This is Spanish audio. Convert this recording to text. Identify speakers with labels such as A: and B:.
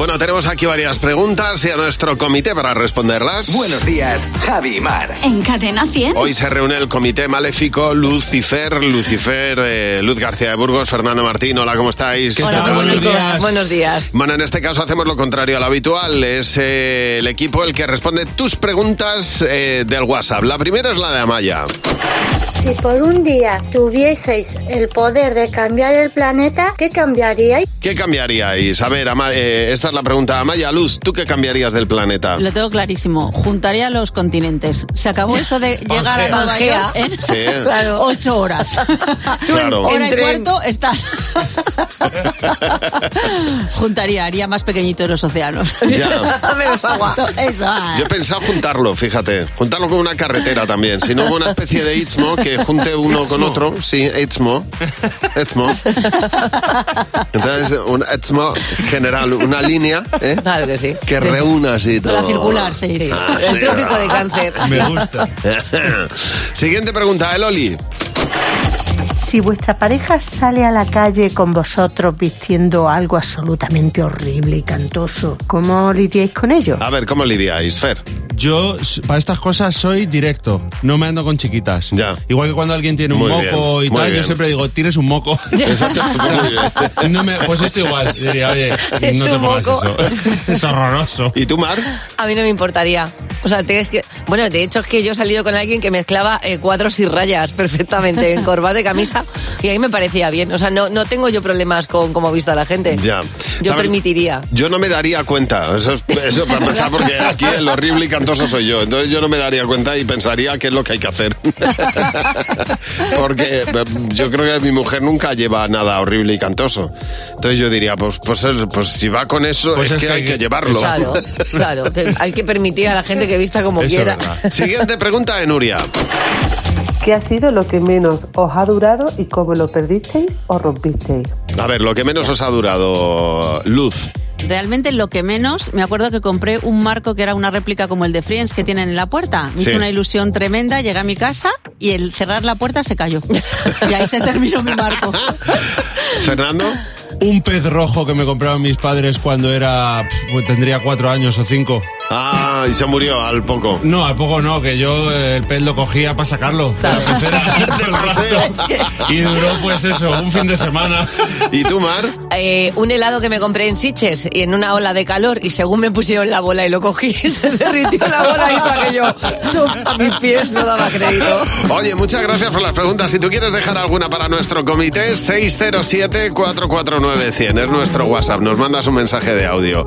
A: Bueno, tenemos aquí varias preguntas y a nuestro comité para responderlas.
B: Buenos días, Javi y Mar.
C: En Cadena 100.
A: Hoy se reúne el comité maléfico Lucifer, Lucifer, eh, Luz García de Burgos, Fernando Martín. Hola, ¿cómo estáis?
D: ¿Qué Hola, tal? buenos
E: Buenos
D: días.
E: días. Buenos días.
A: Bueno, en este caso hacemos lo contrario al habitual. Es eh, el equipo el que responde tus preguntas eh, del WhatsApp. La primera es la de Amaya.
F: Si por un día tuvieseis el poder de cambiar el planeta, ¿qué cambiaríais?
A: ¿Qué cambiaríais? A ver, Ama- eh, esta es la pregunta. Amaya, Luz, ¿tú qué cambiarías del planeta?
G: Lo tengo clarísimo. Juntaría los continentes. Se acabó eso de llegar a Nueva
E: Pangea.
G: York en
A: Sí.
G: claro, ocho horas. Tú en
A: Claro.
G: hora
E: En
G: y
E: tren.
G: cuarto estás. Juntaría, haría más pequeñitos los océanos.
A: Ya.
E: Menos agua.
G: Eso. ah.
A: Yo he pensado juntarlo, fíjate. Juntarlo con una carretera también. Si no, con una especie de istmo que junte uno con otro. Sí, istmo. Istmo. Entonces, un istmo general, una línea ¿eh?
E: Claro que sí.
A: que reúna así todo.
G: Para circular, sí, sí.
A: Ah,
E: El
A: sí.
E: trófico de cáncer.
D: Me gusta.
A: Siguiente pregunta, Eloli.
H: Si vuestra pareja sale a la calle con vosotros vistiendo algo absolutamente horrible y cantoso, ¿cómo lidiáis con ello?
A: A ver, ¿cómo lidiáis, Fer?
D: Yo, s- para estas cosas, soy directo. No me ando con chiquitas.
A: Ya.
D: Igual que cuando alguien tiene un
A: Muy
D: moco
A: bien,
D: y
A: muy
D: tal,
A: bien.
D: yo siempre digo, tienes un moco.
A: Exacto, muy bien.
D: No me- pues esto igual. Diría, oye,
E: Es
D: no te
E: un
D: pongas
E: moco.
D: eso. Es horroroso.
A: ¿Y tú, Mar?
E: A mí no me importaría. O sea, tienes que... Bueno, de hecho es que yo he salido con alguien que mezclaba eh, cuadros y rayas perfectamente en corbata y camisa y ahí me parecía bien. O sea, no, no tengo yo problemas con cómo vista la gente.
A: Ya.
E: Yo
A: ¿Saben?
E: permitiría.
A: Yo no me daría cuenta. Eso, es- eso para empezar, porque aquí el horrible y cantoso soy yo. Entonces yo no me daría cuenta y pensaría qué es lo que hay que hacer. porque eh, yo creo que mi mujer nunca lleva nada horrible y cantoso. Entonces yo diría, pues, pues, el- pues si va con eso,
D: Pues
A: es, que, hay que llevarlo.
E: Claro, claro. que hay que permitir a la gente que vista como
D: Eso es
E: quiera.
D: verdad.
A: Siguiente pregunta de Nuria.
I: ¿Qué ha sido lo que menos os ha durado y cómo lo perdisteis o rompisteis?
A: A ver, lo que menos os ha durado, Luz.
G: Realmente lo que menos, me acuerdo que compré un marco que era una réplica como el de Friends que tienen en la puerta. Me
A: Sí.
G: hizo una ilusión tremenda, llegué a mi casa y el cerrar la puerta se cayó. Y ahí se terminó mi marco.
A: Fernando.
D: Un pez rojo que me compraron mis padres cuando era. pf, pues tendría cuatro años o cinco.
A: Ah, y se murió al poco.
D: No, al poco no, que yo eh, el pez lo cogía para sacarlo. de la pecera todo el rato. y duró, pues eso, un fin de semana.
A: ¿Y tú, Mar?
E: Eh, un helado que me compré en Siches y en una ola de calor y según me pusieron la bola y lo cogí, se derritió la bola y todo aquello. Yo, A mis pies no daba crédito.
A: Oye, muchas gracias por las preguntas. Si tú quieres dejar alguna para nuestro comité, 607-449-100 es nuestro WhatsApp. Nos mandas un mensaje de audio.